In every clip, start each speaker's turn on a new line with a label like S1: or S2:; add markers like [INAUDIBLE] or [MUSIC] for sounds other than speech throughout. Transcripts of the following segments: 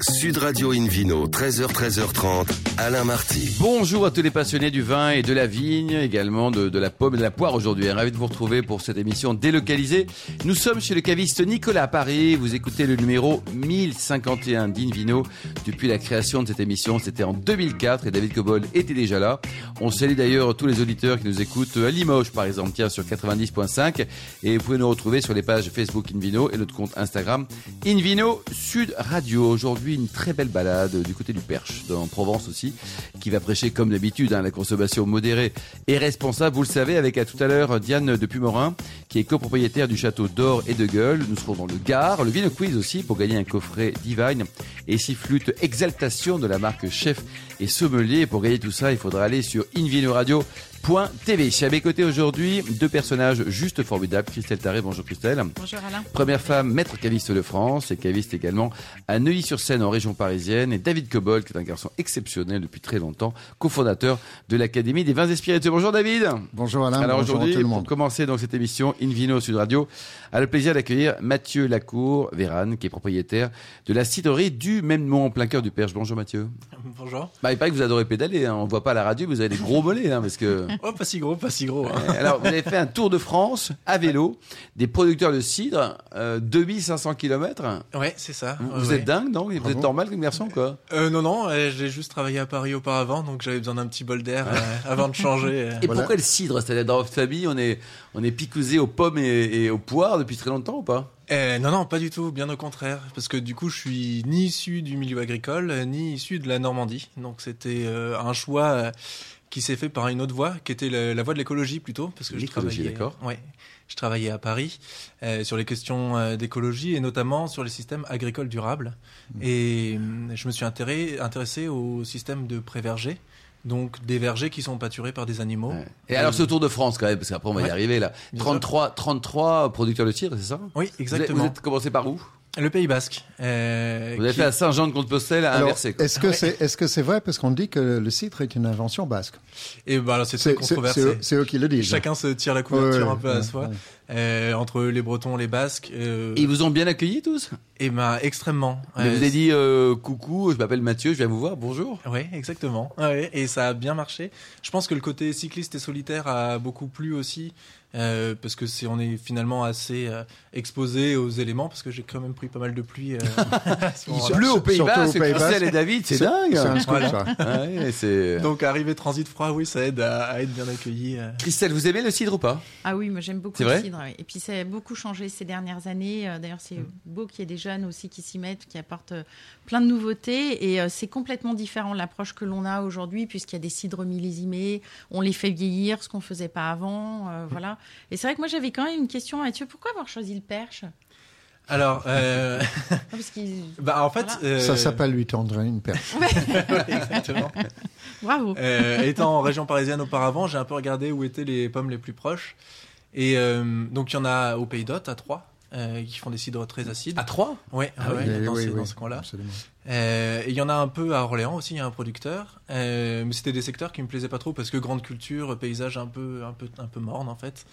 S1: Sud Radio Invino, 13h, 13h30, Alain Marty.
S2: Bonjour à tous les passionnés du vin et de la vigne, également de, de la pomme et de la poire aujourd'hui. Ravi de vous retrouver pour cette émission délocalisée. Nous sommes chez le caviste Nicolas à Paris. Vous écoutez le numéro 1051 d'Invino. Depuis la création de cette émission, c'était en 2004 et David Cobol était déjà là. On salue d'ailleurs tous les auditeurs qui nous écoutent à Limoges, par exemple, tiens, sur 90.5. Et vous pouvez nous retrouver sur les pages Facebook Invino et notre compte Instagram Invino Sud Radio. Aujourd'hui, une très belle balade du côté du Perche, dans Provence aussi, qui va prêcher comme d'habitude hein, la consommation modérée et responsable. Vous le savez, avec à tout à l'heure Diane de Pumorin, qui est copropriétaire du château d'Or et de Gueule. Nous serons dans le Gard, le Vino Quiz aussi, pour gagner un coffret Divine et six flûtes Exaltation de la marque Chef et Sommelier. Pour gagner tout ça, il faudra aller sur Invino Radio. TV. À mes côtés aujourd'hui, deux personnages juste formidables. Christelle Taré, bonjour Christelle.
S3: Bonjour Alain.
S2: Première femme, maître caviste de France et caviste également à Neuilly-sur-Seine en région parisienne. Et David Cobol, qui est un garçon exceptionnel depuis très longtemps, cofondateur de l'Académie des vins et spiritueux. Bonjour David.
S4: Ah, Bonjour Alain,
S2: Alors
S4: bonjour à
S2: aujourd'hui,
S4: tout le
S2: pour
S4: monde.
S2: commencer donc cette émission Invino Sud Radio, a le plaisir d'accueillir Mathieu Lacour Véran, qui est propriétaire de la ciderie du même nom en plein cœur du Perche. Bonjour Mathieu.
S5: Bonjour.
S2: Bah, il paraît que vous adorez pédaler. Hein. On voit pas à la radio, mais vous avez des gros mollets, hein, parce que.
S5: Oh, pas si gros, pas si gros. hein.
S2: Euh, Alors, vous avez fait un tour de France à vélo, des producteurs de cidre, euh, 2500 km.
S5: Euh, Ouais, c'est ça.
S2: Vous,
S5: ouais,
S2: vous
S5: Ah ouais.
S2: êtes dingue, non Vous êtes
S4: Bravo.
S2: normal comme garçon, quoi
S5: Euh, non, non, euh, j'ai juste travaillé à Paris auparavant, donc j'avais besoin d'un petit bol d'air euh, avant de changer. euh.
S2: Et
S4: Voilà.
S2: pourquoi le cidre C'est-à-dire, dans votre famille, on est, on est picousé aux pommes et, et aux poires depuis très longtemps ou pas
S5: Euh, non, non, pas du tout, bien au contraire. Parce que du coup, je suis ni issu du milieu agricole, euh, ni issu de la Normandie. Donc c'était euh, un choix euh, qui s'est fait par une autre voie, qui était le- la voie de l'écologie plutôt. Parce que je
S2: L'écologie,
S5: travaillais,
S2: d'accord.
S5: Ouais, je travaillais à Paris euh, sur les questions euh, d'écologie et notamment sur les systèmes agricoles durables.
S2: Mmh.
S5: Et euh, je me suis intéré- intéressé au système de pré-verger. Donc des vergers qui sont pâturés par des animaux.
S2: Et alors, ce tour de France, quand même, parce qu'après, on va y
S5: Ouais.
S2: arriver, là.
S5: Bien
S2: 33, 33 producteurs de cidre, c'est ça
S5: Oui,
S2: Vous avez-
S5: exactement.
S2: Vous êtes commencé par où
S5: Le Pays Basque. euh,
S2: Vous avez
S5: qui-
S2: fait à Saint-Jean-de-Compostelle, à
S4: Alors,
S2: inversé. Ah, quoi.
S4: Est-ce que c'est est-ce que c'est vrai parce qu'on dit que le cidre est une invention basque
S5: Et bah, alors c'est très controversé.
S4: c'est eux, c'est eux qui le disent.
S5: Chacun se tire la couverture
S4: Ouais,
S5: un peu
S4: ouais,
S5: à soi.
S4: ouais.
S5: Euh, entre les Bretons, les Basques. euh,
S2: Et Ils vous ont bien accueilli tous
S5: et ben extrêmement.
S2: Mais
S5: Euh,
S2: Vous avez dit euh, coucou, je m'appelle Mathieu, je viens vous voir, bonjour.
S5: Ouais, exactement. Ah Ouais, et ça a bien marché. Je pense que le côté cycliste et solitaire a beaucoup plu aussi, euh, parce que c'est on est finalement assez euh, exposé aux éléments, parce que j'ai quand même pris pas mal
S2: [LAUGHS]
S5: de pluie. euh, [LAUGHS] à ce moment-là.
S2: Il pleut aux Pays-Bas,
S4: Surtout aux
S2: c'est
S4: Pays-Bas.
S2: Christelle et David, c'est dingue.
S4: C'est un scoop,
S5: Voilà.
S4: ça.
S2: Ouais, c'est.
S5: Donc arrivé transit froid, oui, ça aide à, à être bien accueilli. euh.
S2: Christelle, vous aimez le cidre ou pas
S3: Ah oui, moi j'aime beaucoup
S2: C'est
S3: le
S2: vrai
S3: cidre. oui. Et puis ça a beaucoup changé ces dernières années. Euh, D'ailleurs, c'est beau qu'il y ait des jeunes aussi qui s'y mettent, qui apportent euh, plein de nouveautés. Et euh, c'est complètement différent de l'approche que l'on a aujourd'hui, puisqu'il y a des cidres millésimés. On les fait vieillir, ce qu'on faisait pas avant. euh, Voilà. Et c'est vrai que moi j'avais quand même une question, Mathieu. Pourquoi avoir choisi le perche Ah,
S5: Alors, euh, [LAUGHS]
S3: Parce qu'il.
S5: bah en fait,
S3: Voilà.
S5: euh,
S4: Ça
S5: [LAUGHS]
S4: s'appelle lui tendre une perche.
S5: exactement.
S3: Bravo.
S5: Euh, étant en région parisienne auparavant, j'ai un peu regardé où étaient les pommes les plus proches. Et euh, donc, il y en a au Pays d'Hôte, à Troyes, euh, qui font des cidres très acides.
S2: À 3
S5: ouais,
S2: Ah
S5: ouais,
S4: oui,
S5: dans,
S4: oui,
S5: ce,
S4: oui.
S5: dans ce coin-là.
S4: Absolument.
S5: Euh, et il y en a un peu à Orléans aussi, il y a un producteur. Euh, mais c'était des secteurs qui me plaisaient pas trop parce que grande culture, paysage un peu, un peu, un peu morne en fait.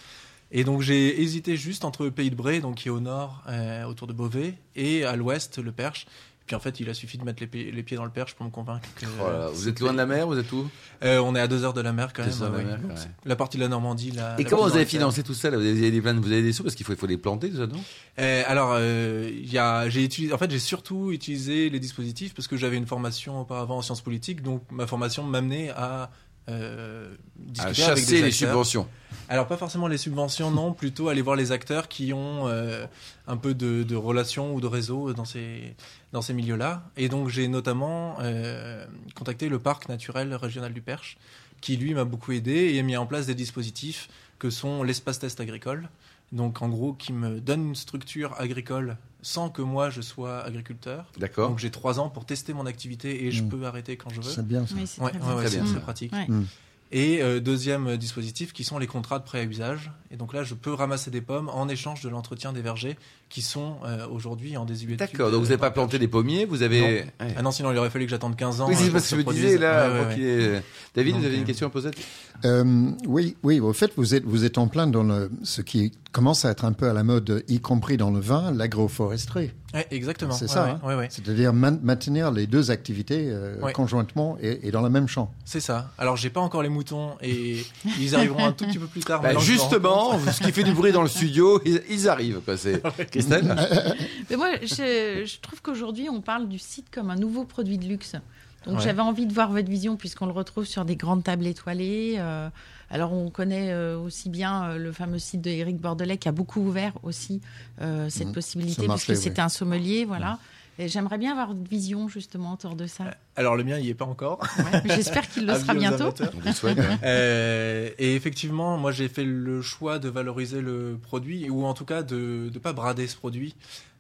S5: Et donc j'ai hésité juste entre le Pays de Bray, donc qui est au nord, euh, autour de Beauvais, et à l'ouest, le Perche. Puis en fait, il a suffi de mettre les, pi- les pieds dans le Perche pour me convaincre. que, euh,
S2: Oh Vous êtes loin de la mer, vous êtes où
S5: euh, on est à deux heures de la mer quand
S2: Deux
S5: même.
S2: heures de la
S5: ouais.
S2: mer,
S5: Donc,
S2: ouais.
S5: c'est- La partie de la Normandie. La,
S2: Et
S5: la
S2: comment vous
S5: partie
S2: avez
S5: dans laquelle-
S2: financé tout ça là Vous avez des plaintes, vous avez des sous parce qu'il faut, il faut les planter, tout ça, non
S5: Euh, Alors, euh, il y a, j'ai utilisé, en fait, j'ai surtout utilisé les dispositifs parce que j'avais une formation auparavant en sciences politiques, donc ma formation m'amenait à euh,
S2: À
S5: discuter avec
S2: Ah, chasser
S5: des
S2: les
S5: acteurs.
S2: subventions.
S5: Alors pas forcément les subventions, non, plutôt aller voir les acteurs qui ont euh, un peu de, de relations ou de réseaux dans ces, dans ces milieux-là. Et donc j'ai notamment euh, contacté le parc naturel régional du Perche, qui lui m'a beaucoup aidé et a mis en place des dispositifs que sont l'espace test agricole. Donc en gros qui me donne une structure agricole sans que moi je sois agriculteur.
S2: D'accord.
S5: Donc j'ai trois ans pour tester mon activité et je
S4: Mm.
S5: peux arrêter quand je veux.
S4: C'est bien ça.
S3: Oui, c'est
S5: Ouais,
S3: très
S5: ouais, ouais,
S2: Très bien,
S5: c'est
S2: ça.
S5: très pratique.
S3: Ouais.
S4: Mm.
S5: Et euh, deuxième dispositif qui sont les contrats de prêt à usage. Et donc là, je peux ramasser des pommes en échange de l'entretien des vergers qui sont euh, aujourd'hui en désuétude.
S2: D'accord. Donc vous
S5: Euh,
S2: n'avez pas planté des pommiers, vous avez. Ouais.
S5: Ah non, sinon il aurait fallu que j'attende 15 ans.
S2: Oui,
S5: euh,
S2: c'est
S5: pour
S2: parce que
S5: ça
S2: vous
S5: produise.
S2: disiez là.
S5: Ouais, ouais,
S2: avant
S5: ouais.
S2: qu'il ait- David, vous
S5: Donc,
S2: avez une
S5: euh,
S2: question à poser
S4: Euh, oui, oui. Au fait, vous êtes vous êtes en plein dans le, ce qui est commence à être un peu à la mode, y compris dans le vin, l'agroforesterie.
S5: Ouais, exactement.
S4: C'est
S5: Ouais,
S4: ça,
S5: ouais,
S4: hein.
S5: ouais, ouais.
S4: C'est-à-dire man- maintenir les deux activités euh,
S5: Ouais.
S4: conjointement et, et dans le même champ.
S5: C'est ça. Alors, j'ai pas encore les moutons
S3: [LAUGHS]
S5: et ils arriveront un tout petit peu plus tard.
S2: Bah,
S5: maintenant que je me rends compte.
S2: justement, ce qui fait du bruit dans le studio, ils, ils arrivent. quoi,
S5: [LAUGHS]
S2: c'est- Christelle
S3: Mais moi, je, je trouve qu'aujourd'hui, on parle du site comme un nouveau produit de luxe. Donc
S5: Ouais.
S3: j'avais envie de voir votre vision puisqu'on le retrouve sur des grandes tables étoilées. euh, alors on connaît euh, aussi bien euh, le fameux site de Éric Bordelais qui a beaucoup ouvert aussi euh, cette
S5: Mmh.
S4: Mhm.
S3: possibilité
S4: Ce marché,
S3: puisque
S4: oui.
S3: c'était un sommelier, voilà. Et j'aimerais bien avoir votre vision justement autour de ça.
S5: Alors, le mien, il y est pas encore. Ah,
S3: Ouais. J'espère qu'il le
S5: Euh. [LAUGHS] Avis
S3: sera
S5: aux
S3: bientôt.
S5: amateurs.
S2: On vous souhaite, ouais.
S5: [LAUGHS] Euh, et effectivement, moi j'ai fait le choix de valoriser le produit, ou en tout cas de ne pas brader ce produit,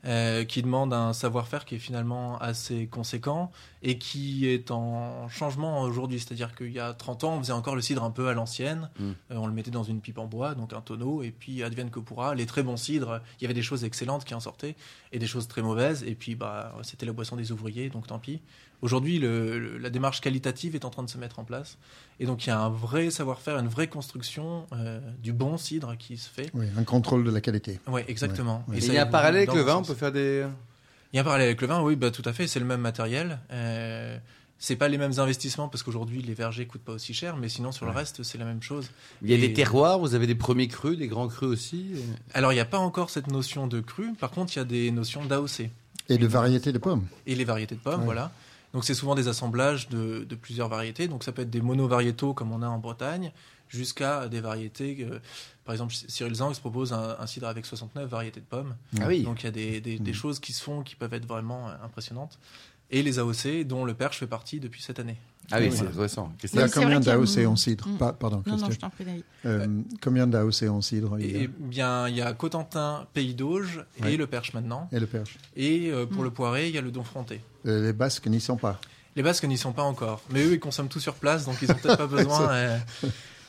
S5: euh, qui demande un savoir-faire qui est finalement assez conséquent et qui est en changement aujourd'hui. C'est-à-dire qu'il y a 30 ans, on faisait encore le cidre un peu à l'ancienne,
S2: Mm.
S5: Euh, on le mettait dans une pipe en bois, donc un tonneau, et puis advienne que pourra, les très bons cidres, il y avait des choses excellentes qui en sortaient, et des choses très mauvaises, et puis bah, c'était la boisson des ouvriers, donc tant pis. Aujourd'hui, le- le- la démarche qualitative est en train de se mettre en place. Et donc il y a un vrai savoir-faire, une vraie construction euh, du bon cidre qui se fait.
S4: Oui, un contrôle de la qualité.
S5: Ouais, exactement.
S4: Ouais, ouais.
S2: Et
S5: ça
S2: il y a un
S5: évolue
S2: parallèle avec
S5: dans
S2: le
S5: ce
S2: vin, on
S5: sens.
S2: peut faire des.
S5: Il y a un parallèle avec le vin, oui, bah, tout à fait, c'est le même matériel. Euh, c'est pas les mêmes investissements parce qu'aujourd'hui les vergers coûtent pas aussi cher, mais sinon sur le reste c'est la même chose.
S2: Il y a
S5: Et-
S2: des terroirs, vous avez des premiers crus, des grands crus aussi.
S5: Alors il n'y a pas encore cette notion de cru, par contre il y a des notions d'AOC.
S4: Et de variété de pommes.
S5: et les variétés de pommes,
S4: Ouais.
S5: voilà. Donc c'est souvent des assemblages de, de plusieurs variétés. Donc ça peut être des monovariétaux comme on a en Bretagne, jusqu'à des variétés. euh, par exemple, Cyril Zang se propose un, un cidre avec 69 variétés de pommes.
S2: Ah oui.
S5: Donc il y a des, des- des
S4: Mm.
S5: choses qui se font qui peuvent être vraiment euh, impressionnantes. Et les AOC, dont le perche fait partie depuis cette année.
S2: Ah oui,
S4: Oui.
S2: c'est intéressant.
S4: Il y a
S3: Oui, c'est
S4: combien
S3: vrai qu'il y a-
S4: d'AOC en cidre
S3: Mm.
S4: Pa- Pardon,
S3: Non, non, je
S4: Christelle.
S3: t'en prie, David.
S4: Euh, combien d'AOC en cidre il y a
S5: Et, bien, il y a Cotentin, Pays d'Auge
S4: Ouais.
S5: et le perche maintenant.
S4: Et le perche
S5: Et euh, pour
S3: Mm.
S5: le poiré, il y a le don fronté.
S4: Euh, Les Basques n'y sont pas.
S5: Les Basques n'y sont pas encore, mais eux ils consomment tout sur place, donc ils ont peut-être pas besoin, euh,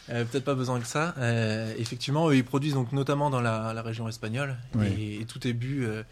S5: euh, peut-être pas besoin de ça. Euh, effectivement, eux ils produisent donc notamment dans la, la région espagnole
S4: Oui.
S5: et, et tout est bu euh,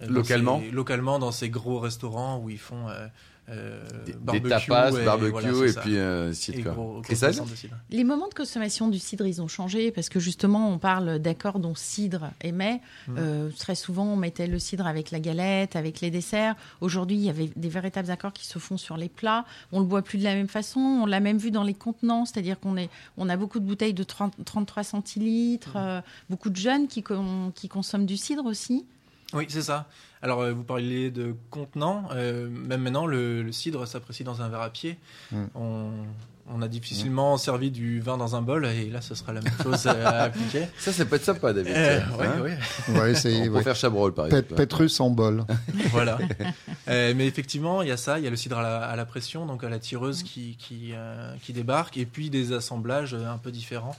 S5: dans
S2: Localement.
S5: ces- localement dans ces gros restaurants où ils font euh, euh,
S2: Des, des
S5: barbecue
S2: tapas,
S5: et-
S2: barbecue
S5: voilà, c'est
S2: et
S5: ça.
S2: puis euh,
S5: Et
S2: site quoi.
S5: gros- gros
S2: Christelle
S5: croissants de cidre.
S3: Les moments de consommation du cidre, ils ont changé parce que justement, on parle d'accords dont cidre aimait.
S5: Mhm.
S3: Euh, très souvent, on mettait le cidre avec la galette, avec les desserts. Aujourd'hui, il y avait des véritables accords qui se font sur les plats. On le boit plus de la même façon. On l'a même vu dans les contenants, c'est-à-dire qu'on est, on a beaucoup de bouteilles de 30 33 centilitres,
S5: Mmh.
S3: euh, beaucoup de jeunes qui, con- qui consomment du cidre aussi.
S5: Oui, c'est ça. Alors, euh, vous parliez de contenant. euh, même maintenant, le, le cidre s'apprécie dans un verre à pied.
S4: Mm.
S5: On, on a difficilement servi du vin dans un bol, et là, ce sera la même chose euh, à appliquer.
S2: Ça, ça peut être sympa, David.
S5: Euh,
S2: Hein
S5: ouais, ouais.
S4: On va
S2: On
S4: essayer.
S2: peut
S4: ouais.
S2: faire Chabrol, par
S4: Pe-
S2: exemple.
S4: Petrus en bol.
S5: voilà. Euh, mais effectivement, il y a ça, il y a le cidre à la, à la pression, donc à la tireuse qui, qui, euh, qui débarque, et puis des assemblages euh, un peu différents,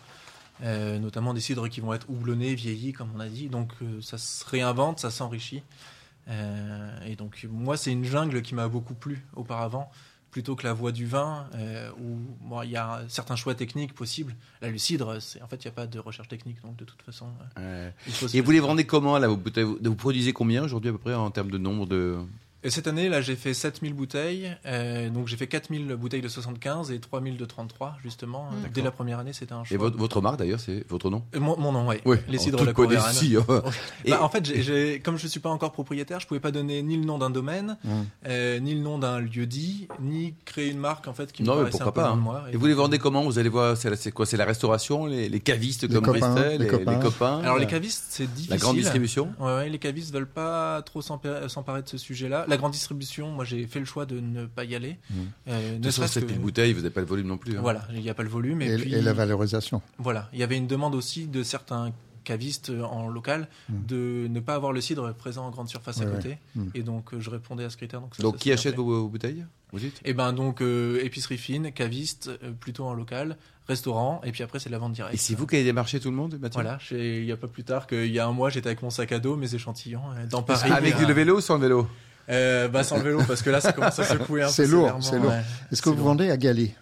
S5: euh, notamment des cidres qui vont être houblonnés, vieillis, comme on a dit. Donc euh, ça se réinvente, ça s'enrichit. Euh, et donc moi, c'est une jungle qui m'a beaucoup plu auparavant, plutôt que la voie du vin, euh, où bon, il y a certains choix techniques possibles. Là, le cidre, c'est- en fait, il n'y a pas de recherche technique, donc de toute façon, euh,
S2: Ouais.
S5: il faut se
S2: Et vous les vendez comment là vos bouteilles Vous vous produisez combien aujourd'hui à peu près en termes de nombre de
S5: Et cette année, là, j'ai fait 7000 bouteilles. euh, donc, j'ai fait 4000 bouteilles de 75 et 3000 de 33, justement.
S3: Mm.
S5: Euh, Dès la première année, c'était un choix.
S2: Et votre, votre marque d'ailleurs, c'est votre nom
S5: Euh, Mon, mon nom, oui. Les cidres
S2: on tout
S5: de la
S2: connaît
S5: Courvérane.
S2: ici, hein. Et-
S5: Bah, en fait, j'ai- j'ai- comme je ne suis pas encore propriétaire, je ne pouvais pas donner ni le nom d'un domaine,
S2: Mmh.
S4: Mm.
S5: euh, ni le nom d'un lieu dit, ni créer une marque en fait qui
S2: Non, mais
S5: me paraissait un
S2: pourquoi
S5: peu
S2: pas,
S5: loin de
S2: hein.
S5: moi.
S2: Et vous les vendez comment Vous allez voir, c'est la- c'est quoi C'est la restauration, les, les cavistes
S4: Les
S2: comme
S4: copains,
S2: Christelle,
S4: les copains.
S5: Alors, les cavistes, c'est difficile.
S2: euh, la grande distribution.
S5: Ouais, ouais, les cavistes veulent pas trop s'empa- s'emparer de ce sujet-là. La grande distribution, moi, j'ai fait le choix de ne pas y aller.
S4: Mm.
S5: Euh, ne
S2: Mmh. De toute façon,
S5: serait-ce que-
S2: 7000 bouteilles, vous n'avez pas le volume non plus. hein.
S5: Voilà, il n'y a pas le volume. Et,
S4: Et,
S5: puis,
S4: et la valorisation.
S5: Voilà, il y avait une demande aussi de certains cavistes euh, en local
S4: Mm.
S5: de ne pas avoir le cidre présent en grande surface à
S4: Ouais,
S5: côté.
S4: Mm.
S5: Et donc euh, je répondais à ce critère. Donc, ça,
S2: Donc
S5: ça
S2: qui
S5: s'est
S2: achète
S5: fait.
S2: vos, vos bouteilles Vous dites
S5: Eh ben donc euh, épicerie fine, caviste euh, plutôt en local, restaurant et puis après c'est de la vente directe.
S2: Et c'est vous qui allez démarcher tout le monde, Mathieu
S5: Voilà, j'ai- il n'y a pas plus tard qu'il y a un mois, j'étais avec mon sac à dos, mes échantillons, euh, dans Paris.
S2: Avec
S5: Euh,
S2: le vélo ou sans le vélo
S5: euh, Bah sans le vélo, parce que là ça commence à secouer un peu.
S4: [LAUGHS] C'est lourd,
S5: sévèrement,
S4: c'est lourd.
S5: ouais.
S4: Est-ce que vous
S5: C'est lourd.
S4: vendez à Galie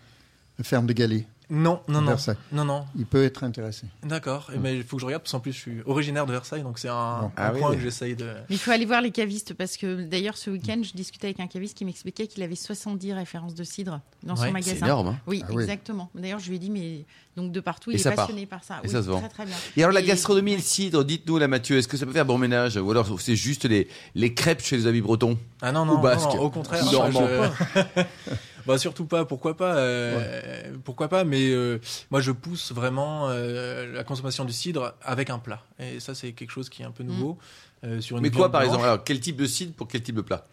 S4: La ferme de Galie
S5: Non, non, non.
S4: Versailles.
S5: Non, non.
S4: Il peut être intéressé.
S5: D'accord. Eh ben, il faut que je regarde, parce qu'en plus, je suis originaire de Versailles, donc c'est un, un
S2: Mm. Ah oui.
S5: point que j'essaye de.
S3: Mais il faut aller voir les cavistes parce que d'ailleurs ce week-end je discutais avec un caviste qui m'expliquait qu'il avait 70 références de cidre dans son
S5: Ouais, c'est
S2: C'est
S3: magasin.
S2: énorme. hein.
S3: Oui,
S4: Ah oui.
S3: exactement. D'ailleurs je lui ai dit mais donc de partout
S2: Et
S3: il
S2: ça
S3: est
S2: part.
S3: passionné par ça.
S2: Et
S3: Oui,
S2: ça se vend.
S3: Très très bien.
S2: Et alors la
S3: Et-
S2: gastronomie et le cidre, dites-nous là Mathieu, est-ce que ça peut faire bon ménage Ou alors c'est juste les, les crêpes chez les amis bretons
S5: Ah non, non,
S2: Ou basque.
S5: non, non, au contraire.
S2: Ou
S5: je-
S2: normand. [LAUGHS]
S5: je- [LAUGHS] bah, surtout pas, pourquoi pas, euh, pourquoi pas, mais euh, moi je pousse vraiment euh, la consommation du cidre avec un plat. Et ça, c'est quelque chose qui est un peu nouveau. euh, sur une
S2: Mais quoi
S5: viande
S2: par
S5: blanche.
S2: exemple Alors quel type de cidre pour quel type de plat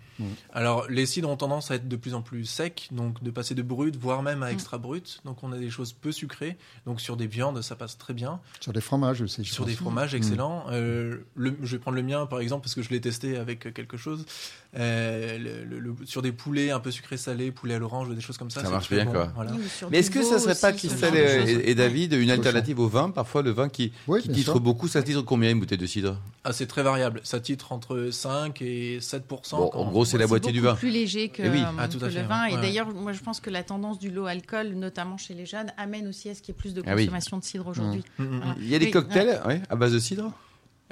S5: Alors, les cidres ont tendance à être de plus en plus secs, donc de passer de brut, voire même à extra brut. Donc, on a des choses peu sucrées. Donc, sur des viandes, ça passe très bien.
S4: Sur des fromages aussi, je
S5: Sur des
S4: pense.
S5: fromages, excellent. Euh, le- je vais prendre le mien, par exemple, parce que je l'ai testé avec euh, quelque chose. Euh, le- le- le- sur des poulets un peu sucrés-salés, poulet à l'orange, des choses comme ça.
S2: Ça
S5: c'est
S2: marche
S5: très
S2: bien,
S5: bon.
S2: quoi.
S5: Voilà.
S3: Oui, mais sur
S2: Mais
S3: du
S2: est-ce que ça
S3: veau
S2: serait pas
S3: aussi, ce
S2: Christelle
S3: genre de
S2: et,
S3: choses.
S2: et- et David une
S4: Cochon.
S2: alternative au vin Parfois le vin qui,
S4: Oui,
S2: qui
S4: bien
S2: titre
S4: sûr.
S2: beaucoup, ça titre combien une bouteille de cidre
S5: Ah, c'est très variable. Ça titre entre 5 et 7
S2: Bon,
S5: quand-
S2: en gros c'est la moitié
S3: beaucoup
S2: du vin.
S3: plus léger que,
S2: Eh oui.
S3: euh,
S5: Ah, tout
S3: que
S5: à
S3: le
S5: fait,
S3: vin.
S5: ouais.
S3: Et
S5: Ouais.
S3: d'ailleurs, moi, je pense que la tendance du low alcool, notamment chez les jeunes, amène aussi à ce qu'il y ait plus de
S2: Ah oui. Mmh.
S3: consommation de cidre aujourd'hui.
S5: Mm, mm, mm.
S3: Voilà.
S2: Il y a des
S3: Oui,
S2: cocktails ouais, à base de cidre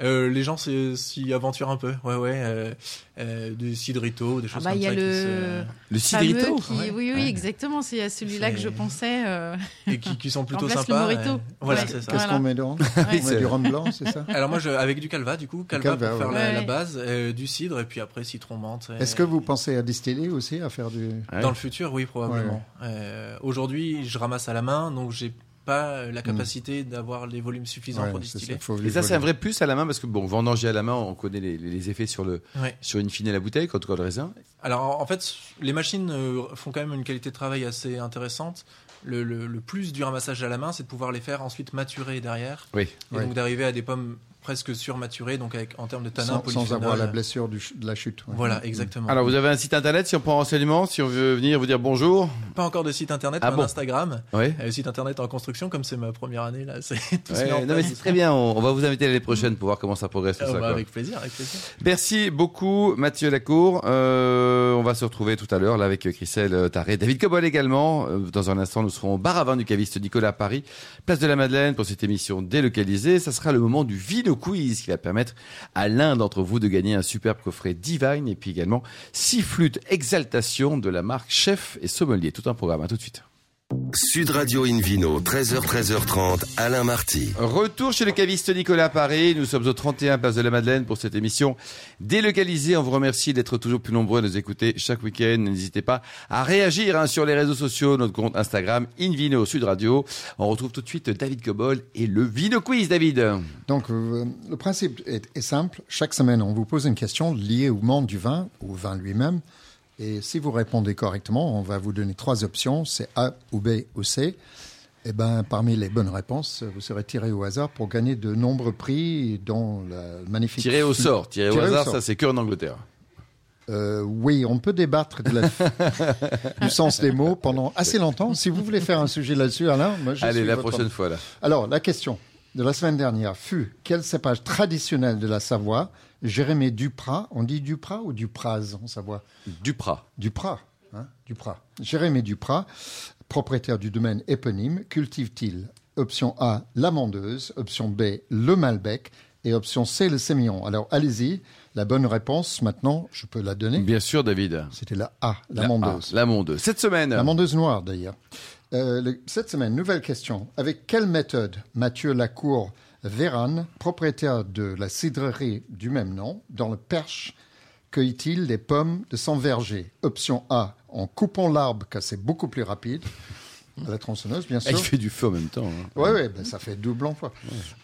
S5: Euh, les gens se- s'y aventurent un peu. Ouais, ouais. Euh, euh, du cidrito, des
S3: Ah
S5: choses
S3: bah
S5: comme
S3: il y a
S5: ça. qui
S3: le
S2: Le
S3: fameux
S2: cidrito
S3: qui- Oui, oui, exactement. C'est à celui-là que je
S5: C'est-
S3: pensais. euh,
S5: se- et qui, qui sont plutôt
S3: remplace le
S5: sympas.
S3: mojito.
S5: euh, Voilà,
S3: Ouais.
S5: c'est ça.
S4: Qu'est-ce
S3: Voilà.
S4: qu'on met dedans
S2: Oui,
S4: On
S2: c'est-
S4: met du rhum blanc, c'est ça
S5: Alors moi, je, avec du calva, du coup, calva,
S4: calva,
S5: pour faire
S4: ouais.
S5: la,
S3: Ouais.
S5: la base, euh, du cidre et puis après citron menthe. et-
S4: Est-ce que vous pensez à distiller aussi, à faire du...
S2: Ouais.
S5: dans le futur, oui, probablement.
S4: Ouais, ouais.
S5: Euh, Aujourd'hui, je ramasse à la main, donc j'ai pas la capacité d'avoir les volumes suffisants pour
S4: Ouais, c'est
S5: distiller.
S4: ça, faut
S2: Et ça,
S4: lui-
S2: Mm. c'est un vrai plus à la main parce que, bon, vendanger à la main, on connaît les, les effets sur, le,
S5: Ouais.
S2: sur une fine et la bouteille, quand on colle le raisin.
S5: Alors en- en fait, les machines euh, font quand même une qualité de travail assez intéressante. Le, le- le plus du ramassage à la main, c'est de pouvoir les faire ensuite maturer derrière,
S2: Oui.
S5: et
S4: Ouais.
S5: donc d'arriver à des pommes presque surmaturées, donc avec, en termes de tanin,
S4: sans, sans avoir
S5: polyphénol.
S4: la blessure du ch- de la chute. ouais.
S5: Voilà, exactement.
S2: Mm. Alors, vous avez un site internet si on prend renseignement, si on veut venir vous dire bonjour.
S5: pas encore de site internet,
S2: Ah
S5: mais
S2: bon.
S5: un Instagram.
S2: Oui.
S5: Euh, site internet en construction, comme c'est ma première année là, c'est [LAUGHS] tout se met en
S2: non, mais
S5: place.
S2: c'est très bien. On, on va vous inviter l'année prochaine pour voir comment ça progresse. tout
S5: Ah,
S2: ça,
S5: bah,
S2: quoi.
S5: avec plaisir, avec plaisir.
S2: Merci beaucoup, Mathieu Lacour. Euh, on va se retrouver tout à l'heure là avec euh, Christelle Taré, David Cobol également. Euh, Dans un instant, nous serons au bar à vin du caviste Nicolas à Paris, place de la Madeleine pour cette émission délocalisée. Ça sera le moment du vino quiz qui va permettre à l'un d'entre vous de gagner un superbe coffret Divine et puis également six flûtes exaltation de la marque Chef et Sommelier. Tout un programme. À tout de suite.
S1: Sud Radio Invino, 13h, 13h30, Alain Marty.
S2: Retour chez le caviste Nicolas Paré. Nous sommes au 31 Place de la Madeleine pour cette émission délocalisée. On vous remercie d'être toujours plus nombreux à nous écouter chaque week-end. N'hésitez pas à réagir hein, sur les réseaux sociaux, notre compte Instagram Invino Sud Radio. On retrouve tout de suite David Cobol et le Vino Quiz, David.
S4: Donc, euh, le principe est, est simple. Chaque semaine, on vous pose une question liée au monde du vin, au vin lui-même. Et si vous répondez correctement, on va vous donner trois options, c'est A ou B ou C. Et ben, parmi les bonnes réponses, vous serez tiré au hasard pour gagner de nombreux prix, dont la magnifique...
S2: Tiré au sort, tiré au
S4: Tiré au
S2: hasard,
S4: sort.
S2: ça c'est que en Angleterre.
S4: Euh, oui, on peut débattre de la-
S2: [LAUGHS]
S4: du sens des mots pendant assez longtemps. Si vous voulez faire un sujet là-dessus, Alain, moi je
S2: Allez,
S4: suis
S2: la
S4: votre
S2: prochaine fois là.
S4: alors, la question de la semaine dernière fut quel cépage traditionnel de la Savoie Jérémy Duprat, on dit Duprat ou Dupraz en Savoie
S2: Duprat.
S4: Duprat, hein Duprat. Jérémy Duprat, propriétaire du domaine éponyme, cultive-t-il Option A, l'amandeuse, option B, le Malbec et option C, le sémillon. Alors, allez-y, la bonne réponse maintenant, je peux la donner.
S2: Bien sûr, David.
S4: C'était la A,
S2: La-
S4: l'amandeuse.
S2: ah, La Monde. Cette semaine.
S4: La mendeuse noire, d'ailleurs. Euh, le- cette semaine, nouvelle question. Avec quelle méthode Mathieu Lacour Véran, propriétaire de la cidrerie du même nom, dans le Perche, cueille-t-il les pommes de son verger Option A, en coupant l'arbre, car c'est beaucoup plus rapide. À la tronçonneuse, bien
S2: Ah, Il
S4: sûr.
S2: fait du feu en même temps. hein.
S4: Oui, oui, ben, ça fait double emploi.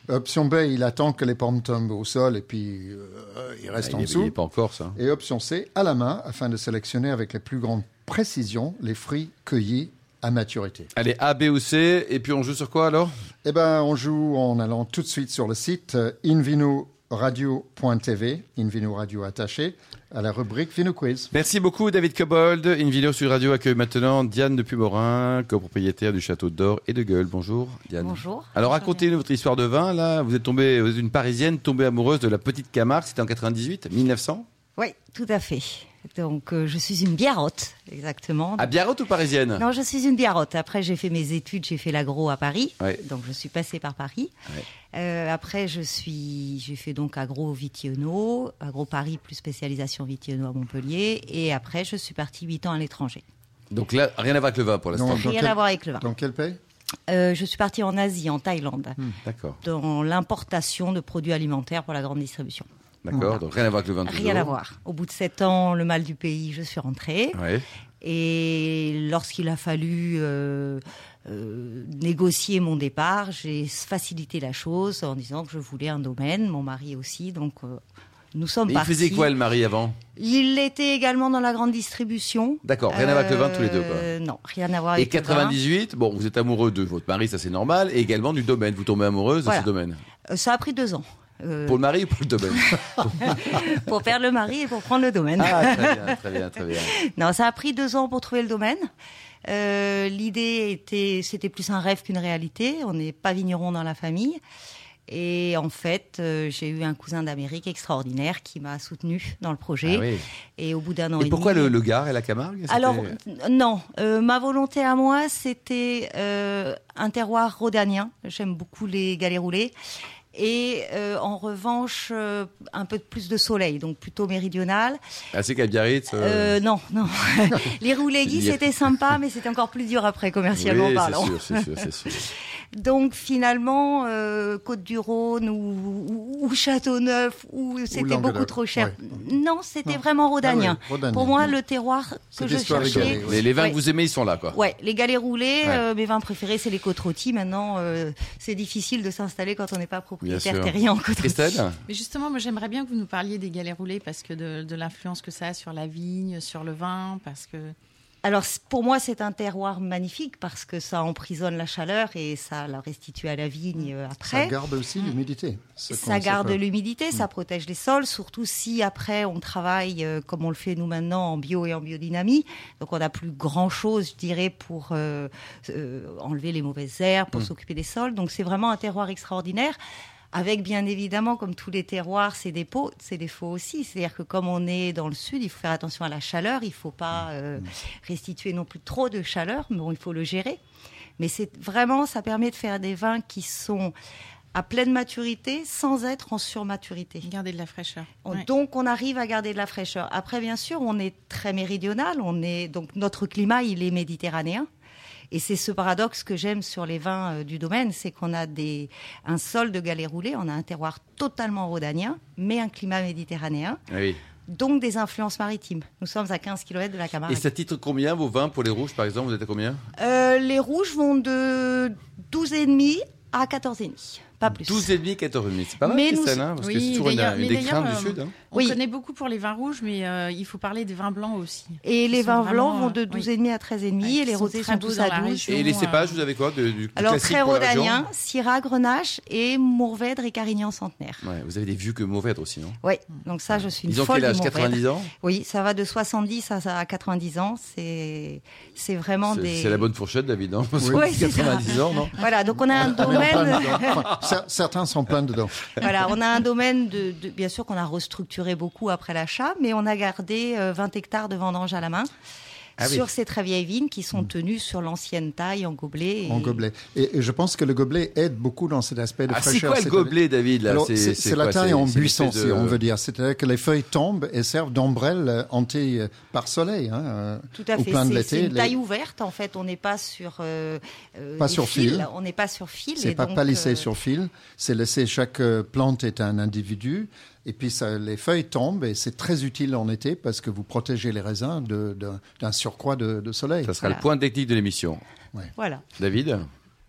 S4: Option B, il attend que les pommes tombent au sol et puis euh, il
S2: Ah,
S4: reste en
S2: il est-
S4: dessous.
S2: il est pas encore ça.
S4: Et option C, à la main, afin de sélectionner avec la plus grande précision les fruits cueillis à maturité.
S2: Allez, A, B ou C, et puis on joue sur quoi alors
S4: Eh ben, on joue en allant tout de suite sur le site euh, invinoradio.tv, invino radio attaché, à la rubrique Vino Quiz.
S2: Merci beaucoup David Cobold. Une vidéo sur Radio accueille maintenant Diane de Pumorin, copropriétaire du Château d'Or et de Gueule. Bonjour Diane.
S6: Bonjour.
S2: Alors racontez-nous votre histoire de vin là. Vous êtes tombée, vous êtes une Parisienne tombée amoureuse de la petite Camargue. C'était en 98, 1900.
S6: Oui, tout à fait. Donc, euh, je suis une biarrotte, exactement.
S2: À Biarritz ou parisienne
S6: Non, je suis une biarrotte. Après, j'ai fait mes études, j'ai fait l'agro à Paris.
S2: Ouais.
S6: Donc, je suis passée par Paris.
S2: Ouais.
S6: Euh, après, je suis, j'ai fait donc agro Vitiono, agro Paris plus spécialisation Vitiono à Montpellier. Et après, je suis partie 8 ans à l'étranger.
S2: Donc là, rien à voir avec le vin pour l'instant.
S4: Non. Dans
S6: Rien
S4: quel-
S6: à voir avec le vin.
S4: Dans quel pays
S6: Euh, je suis partie en Asie, en Thaïlande,
S2: D'accord,
S6: dans l'importation de produits alimentaires pour la grande distribution.
S2: d'accord.
S6: Voilà.
S2: Donc rien à voir avec le vin.
S6: Rien à voir. Au bout de sept ans, le mal du pays, je suis rentrée.
S2: Oui.
S6: Et lorsqu'il a fallu euh, euh, négocier mon départ, j'ai facilité la chose en disant que je voulais un domaine, mon mari aussi. Donc euh, nous sommes
S2: Il
S6: partis.
S2: faisait quoi le mari avant
S6: Il était également dans la grande distribution.
S2: D'accord, rien à voir avec le vin tous les deux. quoi.
S6: Euh, Non, rien à voir
S2: Et
S6: avec le vin.
S2: 98, bon, vous êtes amoureux de votre mari, ça c'est normal, et également du domaine. Vous tombez amoureuse
S6: Voilà.
S2: de ce domaine.
S6: Euh, Ça a pris deux ans. euh,
S2: Pour le mari ou pour le domaine
S6: pour faire le mari et pour prendre le domaine.
S2: Ah,
S6: [LAUGHS]
S2: très bien, très bien, très bien.
S6: Non, ça a pris deux ans pour trouver le domaine. Euh, L'idée était, c'était plus un rêve qu'une réalité. On n'est pas vigneron dans la famille. Et en fait, euh, j'ai eu un cousin d'Amérique extraordinaire qui m'a soutenu dans le projet.
S2: Ah oui.
S6: Et au bout d'un an et,
S2: Et pourquoi
S6: demi-
S2: le, le Gard et la Camargue C'était-
S6: Alors n- non, euh, ma volonté à moi, c'était euh, un terroir rhodanien. J'aime beaucoup les galets roulés. Et euh, en revanche, euh, un peu plus de soleil, donc plutôt méridional.
S2: Ah, c'est qu'à Biarritz. euh,
S6: Euh, non,
S2: [LAUGHS]
S6: non. les rouléguis,
S2: Il y a-
S6: c'était sympa, mais c'était encore plus dur après, commercialement
S2: oui,
S6: parlant.
S2: C'est sûr, c'est sûr, c'est sûr.
S6: Donc finalement, euh, Côte-du-Rhône ou, ou- ou Châteauneuf, ou c'était
S4: Languedoc,
S6: beaucoup trop cher.
S4: ouais.
S6: Non, c'était
S4: Non.
S6: vraiment rhodanien.
S4: Ah oui, rhodanien.
S6: Pour moi, le terroir
S4: C'est
S6: que je
S4: l'histoire des
S6: cherchais...
S4: galets, ouais.
S2: Les, les vins
S6: Ouais.
S2: que vous aimez, ils sont là, quoi.
S6: Ouais, les galets roulés,
S2: Ouais.
S6: euh, mes vins préférés, c'est les côtes rôties. Maintenant, euh, c'est difficile de s'installer quand on n'est pas propriétaire
S2: sûr.
S6: terrien en côte rôtie.
S2: Christelle
S3: Mais justement, moi j'aimerais bien que vous nous parliez des galets roulés parce que de, de l'influence que ça a sur la vigne, sur le vin, parce que
S6: Alors c- pour moi c'est un terroir magnifique parce que ça emprisonne la chaleur et ça la restitue à la vigne euh,
S4: Ça
S6: après.
S4: garde aussi l'humidité. ce euh, qu'on
S6: Ça
S4: sait
S6: garde
S4: pas.
S6: l'humidité, ça protège les sols, surtout si après on travaille euh, comme on le fait nous maintenant en bio et en biodynamie. Donc on n'a plus grand chose, je dirais, pour euh, euh, enlever les mauvaises herbes, pour s'occuper des sols. Donc c'est vraiment un terroir extraordinaire. Avec bien évidemment, comme tous les terroirs, ses dépôts, ses défauts aussi. C'est-à-dire que comme on est dans le sud, il faut faire attention à la chaleur, il ne faut pas euh, restituer non plus trop de chaleur, mais bon, il faut le gérer. Mais c'est vraiment, ça permet de faire des vins qui sont à pleine maturité sans être en surmaturité.
S3: garder de la fraîcheur.
S6: On-
S3: Ouais.
S6: Donc on arrive à garder de la fraîcheur. Après bien sûr, on est très méridional, on est donc notre climat, il est méditerranéen. Et c'est ce paradoxe que j'aime sur les vins euh, du domaine, c'est qu'on a des, un sol de galets roulés, on a un terroir totalement rhodanien, mais un climat méditerranéen,
S2: Ah oui.
S6: donc des influences maritimes. Nous sommes à 15 km de la
S2: Et
S6: Camargue.
S2: ça titre combien vos vins pour les rouges, par exemple Vous êtes à combien
S6: Euh, les rouges vont de 12,5 à 14,5, pas plus.
S2: 12,5, 14,5. C'est pas mal,
S6: Mais nous-
S2: Christelle, hein, parce que
S3: Oui,
S2: c'est toujours une,
S3: d'ailleurs-
S2: une
S3: mais
S2: des craintes
S3: d'ailleurs,
S2: du Sud.
S3: euh,
S2: hein.
S3: On
S6: Oui.
S3: connaît beaucoup pour les vins rouges, mais euh, il faut parler des vins blancs aussi.
S6: Et
S3: Qui
S6: les
S3: sont
S6: vins
S3: vraiment,
S6: blancs vont de
S3: euh,
S6: 12,5
S3: oui.
S6: à 13,5
S3: Ouais,
S6: et
S3: qui
S6: les
S3: sont
S6: rosés
S3: très
S6: sont
S3: beaux
S6: tous
S3: dans
S6: à
S3: la
S6: 12.
S3: région.
S2: Et
S3: Sinon,
S2: les
S3: euh,
S2: cépages, vous avez quoi de- du, du
S6: Alors,
S2: classique
S6: très
S2: pour la région
S6: rhodanien, Syrah, Grenache et Mourvèdre et Carignan centenaire.
S2: Ouais, vous avez des vieux que mauvais aussi, non
S6: Oui, donc ça, je suis une
S2: Ils ont
S6: folle
S2: quel âge
S6: du Mourvèdre.
S2: 90 ans
S6: Oui, ça va de 70 à, à 90 ans. C'est c'est vraiment
S2: C'est
S6: des.
S2: c'est la bonne fourchette, David, non Parce que [LAUGHS]
S6: Oui, c'est ça.
S2: 90 ans, non
S6: Voilà, donc
S2: Ah,
S6: on a un
S4: On est en plein
S6: domaine.
S4: dedans. Enfin, cer- certains sont pleins dedans.
S6: voilà, on a un domaine de, de- bien sûr qu'on a restructuré beaucoup après l'achat, mais on a gardé euh, 20 hectares de vendanges à la main.
S2: Ah oui.
S6: sur ces très vieilles vignes qui sont tenues sur l'ancienne taille en gobelet. et-
S4: Mm. En gobelet. Et, et je pense que le gobelet aide beaucoup dans cet aspect de
S2: Ah, c'est
S4: fraîcheur.
S2: quoi le
S4: c'est-à-dire-
S2: gobelet, David là
S4: Alors, C'est c'est la
S2: quoi
S4: taille
S2: C'est-
S4: en
S2: c'est une
S4: buisson,
S2: espèce
S4: si
S2: de-
S4: on veut dire. C'est-à-dire que les feuilles tombent et servent d'ombrelle euh, anti euh, par soleil. hein, euh,
S6: Tout à
S4: au
S6: fait.
S4: plein de
S6: C'est-
S4: l'été,
S6: C'est une
S4: les-
S6: taille ouverte, en fait. On n'est pas sur. euh, euh,
S4: Pas
S6: des
S4: sur
S6: fils.
S4: fil.
S6: On n'est pas sur fil.
S4: C'est
S6: et
S4: pas
S6: donc,
S4: palissé
S6: euh,
S4: sur fil. C'est laissé. Chaque euh, plante est un individu. Et puis ça, les feuilles tombent et c'est très utile en été parce que vous protégez les raisins de- d'un d'un surcroît de, de soleil.
S2: Ça sera le
S6: Voilà.
S2: point technique de l'émission.
S6: Voilà.
S2: David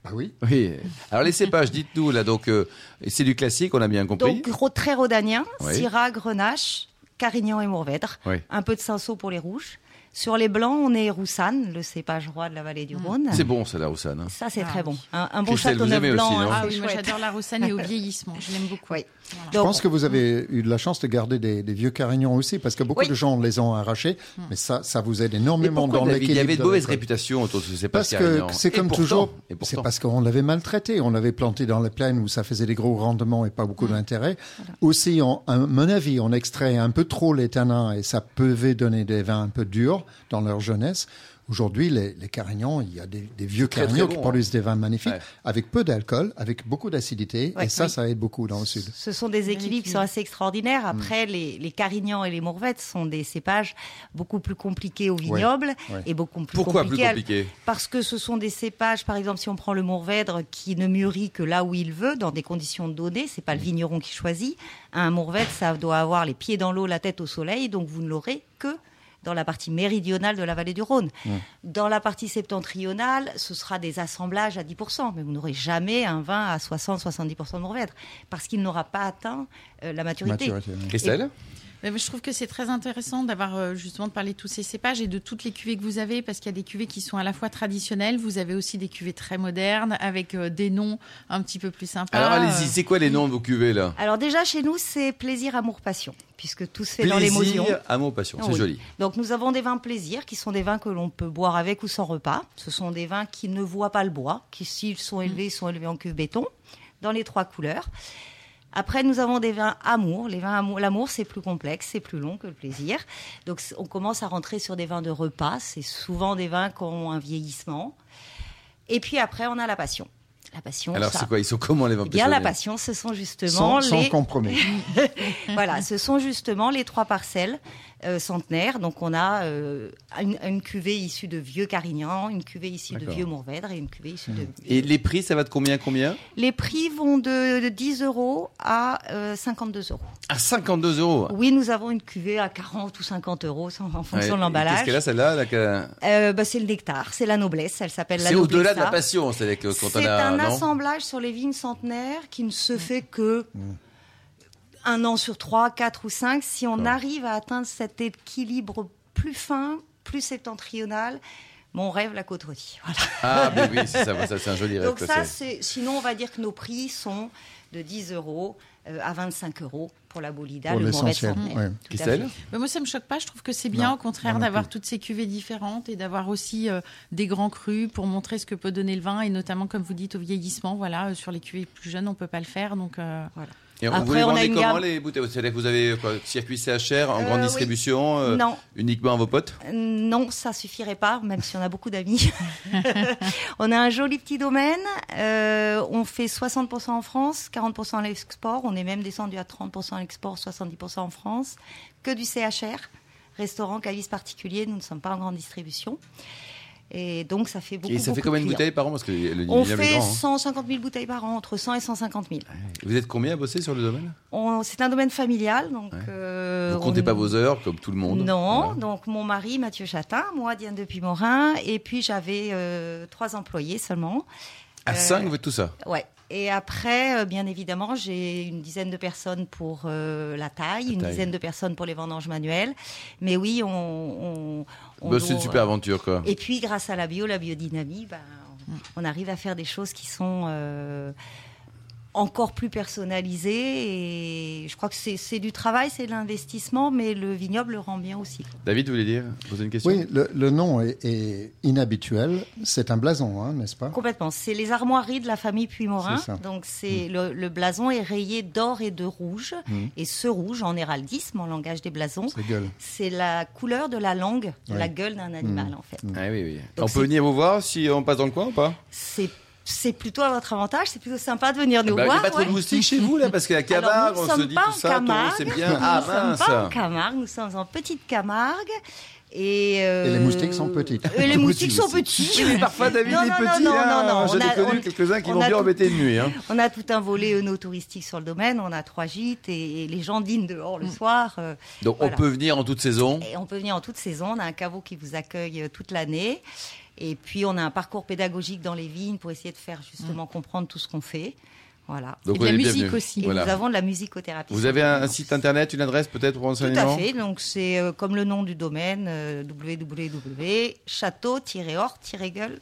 S4: Ah oui.
S2: Oui. Alors les cépages, dites-nous là. Donc euh, c'est du classique, on a bien compris.
S6: Donc, ro- très rhodanien,
S2: Oui.
S6: Syrah, Grenache, Carignan et Mourvèdre.
S2: Oui.
S6: Un peu de Cinsault pour les rouges. Sur les blancs, on est Roussanne, le cépage roi de la vallée du
S4: Mm.
S6: Rhône.
S2: C'est bon, ça, la Roussanne. hein.
S6: Ça, c'est
S3: Ah
S6: très
S3: oui.
S6: bon. Un, un bon
S2: Christelle, vous
S6: châteauneuf
S2: aimez
S6: blanc,
S2: aussi, non
S6: hein,
S3: Ah
S6: c'est
S3: oui, moi
S6: chouette.
S3: j'adore la Roussanne et au vieillissement, je l'aime beaucoup.
S6: Oui.
S3: Voilà.
S4: Je
S6: Donc,
S4: pense que vous avez eu de la chance de garder des, des vieux carignons aussi, parce que beaucoup
S6: Oui. Hmm.
S4: de gens les ont arrachés, mais ça, ça vous aide
S2: Mais
S4: énormément
S2: pourquoi,
S4: dans
S2: David, il
S4: l'équilibre.
S2: y avait de mauvaises
S4: la récolte.
S2: réputations autour de ce cépage
S4: Parce que
S2: carignan.
S4: c'est
S2: Et
S4: comme
S2: pourtant-
S4: toujours,
S2: et pourtant.
S4: c'est parce qu'on l'avait maltraité, on l'avait planté dans les plaines où ça faisait des gros rendements et pas beaucoup d'intérêt. Aussi, on, à mon avis, on extrait un peu trop les tanins et ça pouvait donner des vins un peu durs dans leur jeunesse. Aujourd'hui, les, les carignons, il y a des, des vieux
S2: Très, très
S4: carignons
S2: bon,
S4: qui
S2: hein.
S4: produisent des vins magnifiques
S2: Ouais.
S4: avec peu d'alcool, avec beaucoup d'acidité
S6: Ouais,
S4: et ça,
S6: oui.
S4: ça aide beaucoup dans le sud.
S6: Ce sont des équilibres qui sont assez extraordinaires.
S3: Mm.
S6: Après, les, les Carignans et les Mourvettes sont des cépages beaucoup plus compliqués au vignoble
S4: ouais.
S6: et beaucoup plus
S2: Pourquoi plus
S6: compliqués à-
S2: compliqué
S6: Parce que ce sont des cépages, par exemple, si on prend le Mourvèdre qui ne mûrit que là où il veut, dans des conditions données, c'est pas le vigneron qui choisit. Un Mourvèdre, ça doit avoir les pieds dans l'eau, la tête au soleil, donc vous ne l'aurez que dans la partie méridionale de la vallée du Rhône. Dans la partie septentrionale, ce sera des assemblages à 10%, mais vous n'aurez jamais un vin à 60-70% de Mourvèdre, parce qu'il n'aura pas atteint euh, la maturité.
S4: Maturité, oui.
S2: Christelle
S3: Mais Je trouve que c'est très intéressant d'avoir euh, justement de parler de tous ces cépages et de toutes les cuvées que vous avez, parce qu'il y a des cuvées qui sont à la fois traditionnelles, vous avez aussi des cuvées très modernes, avec euh, des noms un petit peu plus sympas.
S2: Alors
S6: ah.
S2: allez-y,
S3: Euh,
S2: c'est quoi les noms de vos cuvées là
S6: Alors déjà, chez nous, c'est plaisir, amour, passion, puisque tout se fait dans l'émotion.
S2: Plaisir, amour, passion, c'est
S6: Ah Oui.
S2: joli.
S6: Donc nous avons des vins plaisir qui sont des vins que l'on peut boire avec ou sans repas. Ce sont des vins qui ne voient pas le bois, qui s'ils sont élevés, sont élevés en cuve béton, dans les trois couleurs. Après, nous avons des vins amour. Les vins amour, l'amour, c'est plus complexe, c'est plus long que le plaisir. Donc, c- on commence à rentrer sur des vins de repas. C'est souvent des vins qui ont un vieillissement. Et puis après, on a la passion. La passion,
S2: Alors
S6: ça-
S2: c'est quoi Ils sont comment les vins
S6: Eh bien, la
S2: passionnaires
S6: passion, ce sont
S4: Sans,
S6: justement
S4: sans
S6: les [LAUGHS]
S4: compromis.
S6: voilà, ce sont justement les trois parcelles euh, centenaires. Donc on a euh, une, une cuvée issue de vieux Carignan, une cuvée issue de
S2: D'accord. Mhm.
S6: vieux Mourvèdre et une cuvée issue de...
S2: Et les prix, ça va de combien à combien
S6: Les prix vont de, de 10 euros à euh, 52 euros.
S2: À 52 euros.
S6: Oui, nous avons une cuvée à 40 ou 50 euros sans- en fonction
S2: Ouais.
S6: de
S2: Et Qu'est-ce
S6: l'emballage.
S2: qu'elle a celle-là la ca-
S6: Euh, bah, c'est le nectar, c'est la noblesse, elle s'appelle la
S2: C'est
S6: noblesse.
S2: au-delà de la passion, c'est-à-dire que quand on
S6: C'est
S2: a
S6: un
S2: non
S6: assemblage sur les vignes centenaires qui ne se
S4: Mm.
S6: fait que un an sur trois, quatre ou cinq. Si on arrive à atteindre cet équilibre plus fin, plus septentrional, mon rêve, la côte rôtie. [LAUGHS] Voilà.
S2: Ah mais oui, c'est ça, ça, c'est un joli rêve.
S6: Donc ça,
S2: c'est-
S6: c'est- sinon, on va dire que nos prix sont de 10 euros euh, à 25 euros pour la Bolida,
S4: Pour
S6: le Morvet
S4: l'essentiel,
S6: centenaire.
S4: oui.
S6: Tout à
S2: Christelle
S6: fait.
S3: Euh, mais moi, ça me choque pas. Je trouve que c'est bien,
S4: Non,
S3: au contraire,
S4: moi non
S3: d'avoir
S4: plus.
S3: toutes ces cuvées différentes et d'avoir aussi euh, des grands crus pour montrer ce que peut donner le vin, et notamment, comme vous dites, au vieillissement. Voilà, euh, sur les cuvées plus jeunes, on peut pas le faire. Donc, euh,
S6: Voilà.
S2: Et
S6: Après,
S2: vous les
S6: on a
S2: vendez
S6: une
S2: comment
S6: gamme.
S2: les bouteilles C'est-à-dire que vous avez quoi, circuit CHR en
S6: Euh,
S2: grande
S6: oui.
S2: distribution euh,
S6: Non.
S2: Uniquement à vos potes
S6: Non, ça suffirait pas, même si on a beaucoup d'amis. [LAUGHS] on a un joli petit domaine. euh, on fait 60% en France, 40% à l'export. On est même descendu à 30% à l'export, 70% en France. Que du CHR, restaurant, cavistes particulier. Nous ne sommes pas en grande distribution. Et donc, ça fait beaucoup.
S2: Et ça fait
S6: beaucoup de
S2: combien de
S6: clients.
S2: bouteilles par an Parce que le
S6: on
S2: vignoble est
S6: fait
S2: grand. hein.
S6: 150 000 bouteilles par an, entre 100 et 150 000.
S2: Vous êtes combien à bosser sur le domaine
S6: On- C'est un domaine familial, donc. euh,
S2: Vous comptez
S6: on-
S2: pas vos heures comme tout le monde
S6: non,
S2: Voilà.
S6: donc mon mari Mathieu Chatin, moi Diane depuis Morin, et puis j'avais euh, trois employés seulement.
S2: À
S6: Euh,
S2: 5, vous faites tout ça
S6: Ouais. Et après, euh, bien évidemment, j'ai une dizaine de personnes pour euh, la taille, une
S2: taille.
S6: dizaine de personnes pour les vendanges manuelles. Mais oui, on. on- on
S2: Bah, C'est une
S6: doit-
S2: super aventure quoi.
S6: Et puis, grâce à la bio, la biodynamie, ben, on on arrive à faire des choses qui sont euh, encore plus personnalisées. Et je crois que c'est c'est du travail, c'est de l'investissement, mais le vignoble le rend bien aussi.
S2: David, vous voulez dire poser une question
S4: Oui, le, le nom est, est inhabituel. C'est un blason, hein, n'est-ce pas
S6: Complètement. C'est les armoiries de la famille Puy-Morin.
S4: C'est ça.
S6: Donc
S2: Mm.
S6: c'est le, le blason est rayé d'or et de rouge. Et ce rouge, en héraldisme, en langage des blasons,
S4: C'est gueule.
S6: c'est la couleur de la langue, de la
S4: Ouais.
S6: gueule d'un animal en fait.
S2: Ah oui, oui.
S6: Donc
S2: on peut
S6: c'est-
S2: venir vous voir si on passe dans le coin ou pas
S6: C'est c'est plutôt à votre avantage, c'est plutôt sympa de venir nous
S2: Bah, Il n'y a
S6: voir.
S2: pas trop
S6: ouais.
S2: de moustiques chez vous, là, parce qu'à
S6: Alors,
S2: Camargue,
S6: nous ne
S2: on se
S6: sommes
S2: dit
S6: pas
S2: tout
S6: en
S2: ça, tout,
S6: Camargue.
S2: c'est bien.
S6: [LAUGHS] Nous
S2: Ah
S6: ne sommes
S2: mince
S6: pas en Camargue, nous sommes en petite Camargue. Et, euh,
S4: Et les moustiques sont petites.
S6: Et les
S4: Tout
S6: moustiques
S4: petits
S6: sont
S4: aussi.
S6: petits.
S2: Oui, [LAUGHS] parfois, David
S6: Non,
S2: est
S6: non,
S2: petit.
S6: non, non,
S2: hein.
S6: non, non.
S2: J'en
S6: On
S2: ai
S6: a-
S2: connu
S6: on-
S2: quelques-uns qui
S6: on
S2: l'ont
S6: a
S2: bien
S6: tout-
S2: embêté de nuit.
S6: [LAUGHS]
S2: hein.
S6: On a tout un volet œno touristique sur le domaine, on a trois gîtes et, et les gens dînent dehors le
S2: Mm.
S6: soir. euh,
S2: Donc,
S6: Voilà.
S2: on peut venir en toute saison.
S6: Et on peut venir en toute saison, on a un caveau qui vous accueille euh, toute l'année.
S2: Mm.
S6: Et puis on a un parcours pédagogique dans les vignes pour essayer de faire justement comprendre tout ce qu'on fait. Voilà.
S2: Donc
S3: Et
S2: on
S3: de la
S2: est
S3: musique
S2: bienvenus.
S3: aussi.
S6: Et
S2: Voilà.
S6: nous avons de la musicothérapie.
S2: Vous avez un, un
S6: Voilà.
S2: site internet, une adresse peut-être pour
S6: Tout
S2: renseignement
S6: à fait. Donc c'est euh, comme le nom du domaine euh, www.château-hors-gueule.com.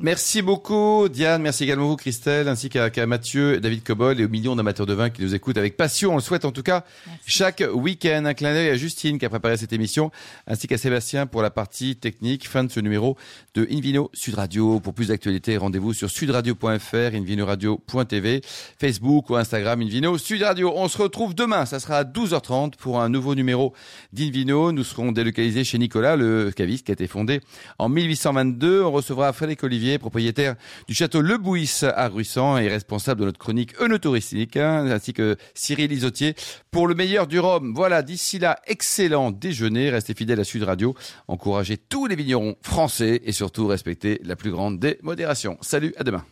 S2: Merci beaucoup Diane, merci également vous Christelle, ainsi qu'à qu'à Mathieu, David Cobol et aux millions d'amateurs de vin qui nous écoutent avec passion, on le souhaite en tout cas chaque week-end. Un clin d'œil à Justine qui a préparé cette émission, ainsi qu'à Sébastien pour la partie technique. Fin de ce numéro de Invino Sud Radio. Pour plus d'actualités, rendez-vous sur sudradio.fr, invinoradio.tv, Facebook ou Instagram Invino Sud Radio. On se retrouve demain, ça sera à 12h30 pour un nouveau numéro d'Invino. Nous serons délocalisés chez Nicolas, le caviste qui a été fondé en 1822. On recevra Frédéric Olivier, propriétaire du château Le Bouis à Ruissan et responsable de notre chronique œnotouristique, hein, ainsi que Cyril Isotier pour le meilleur du Rhum. Voilà, d'ici là, excellent déjeuner. Restez fidèles à Sud Radio. Encouragez tous les vignerons français et surtout respectez la plus grande des modérations. Salut, à demain.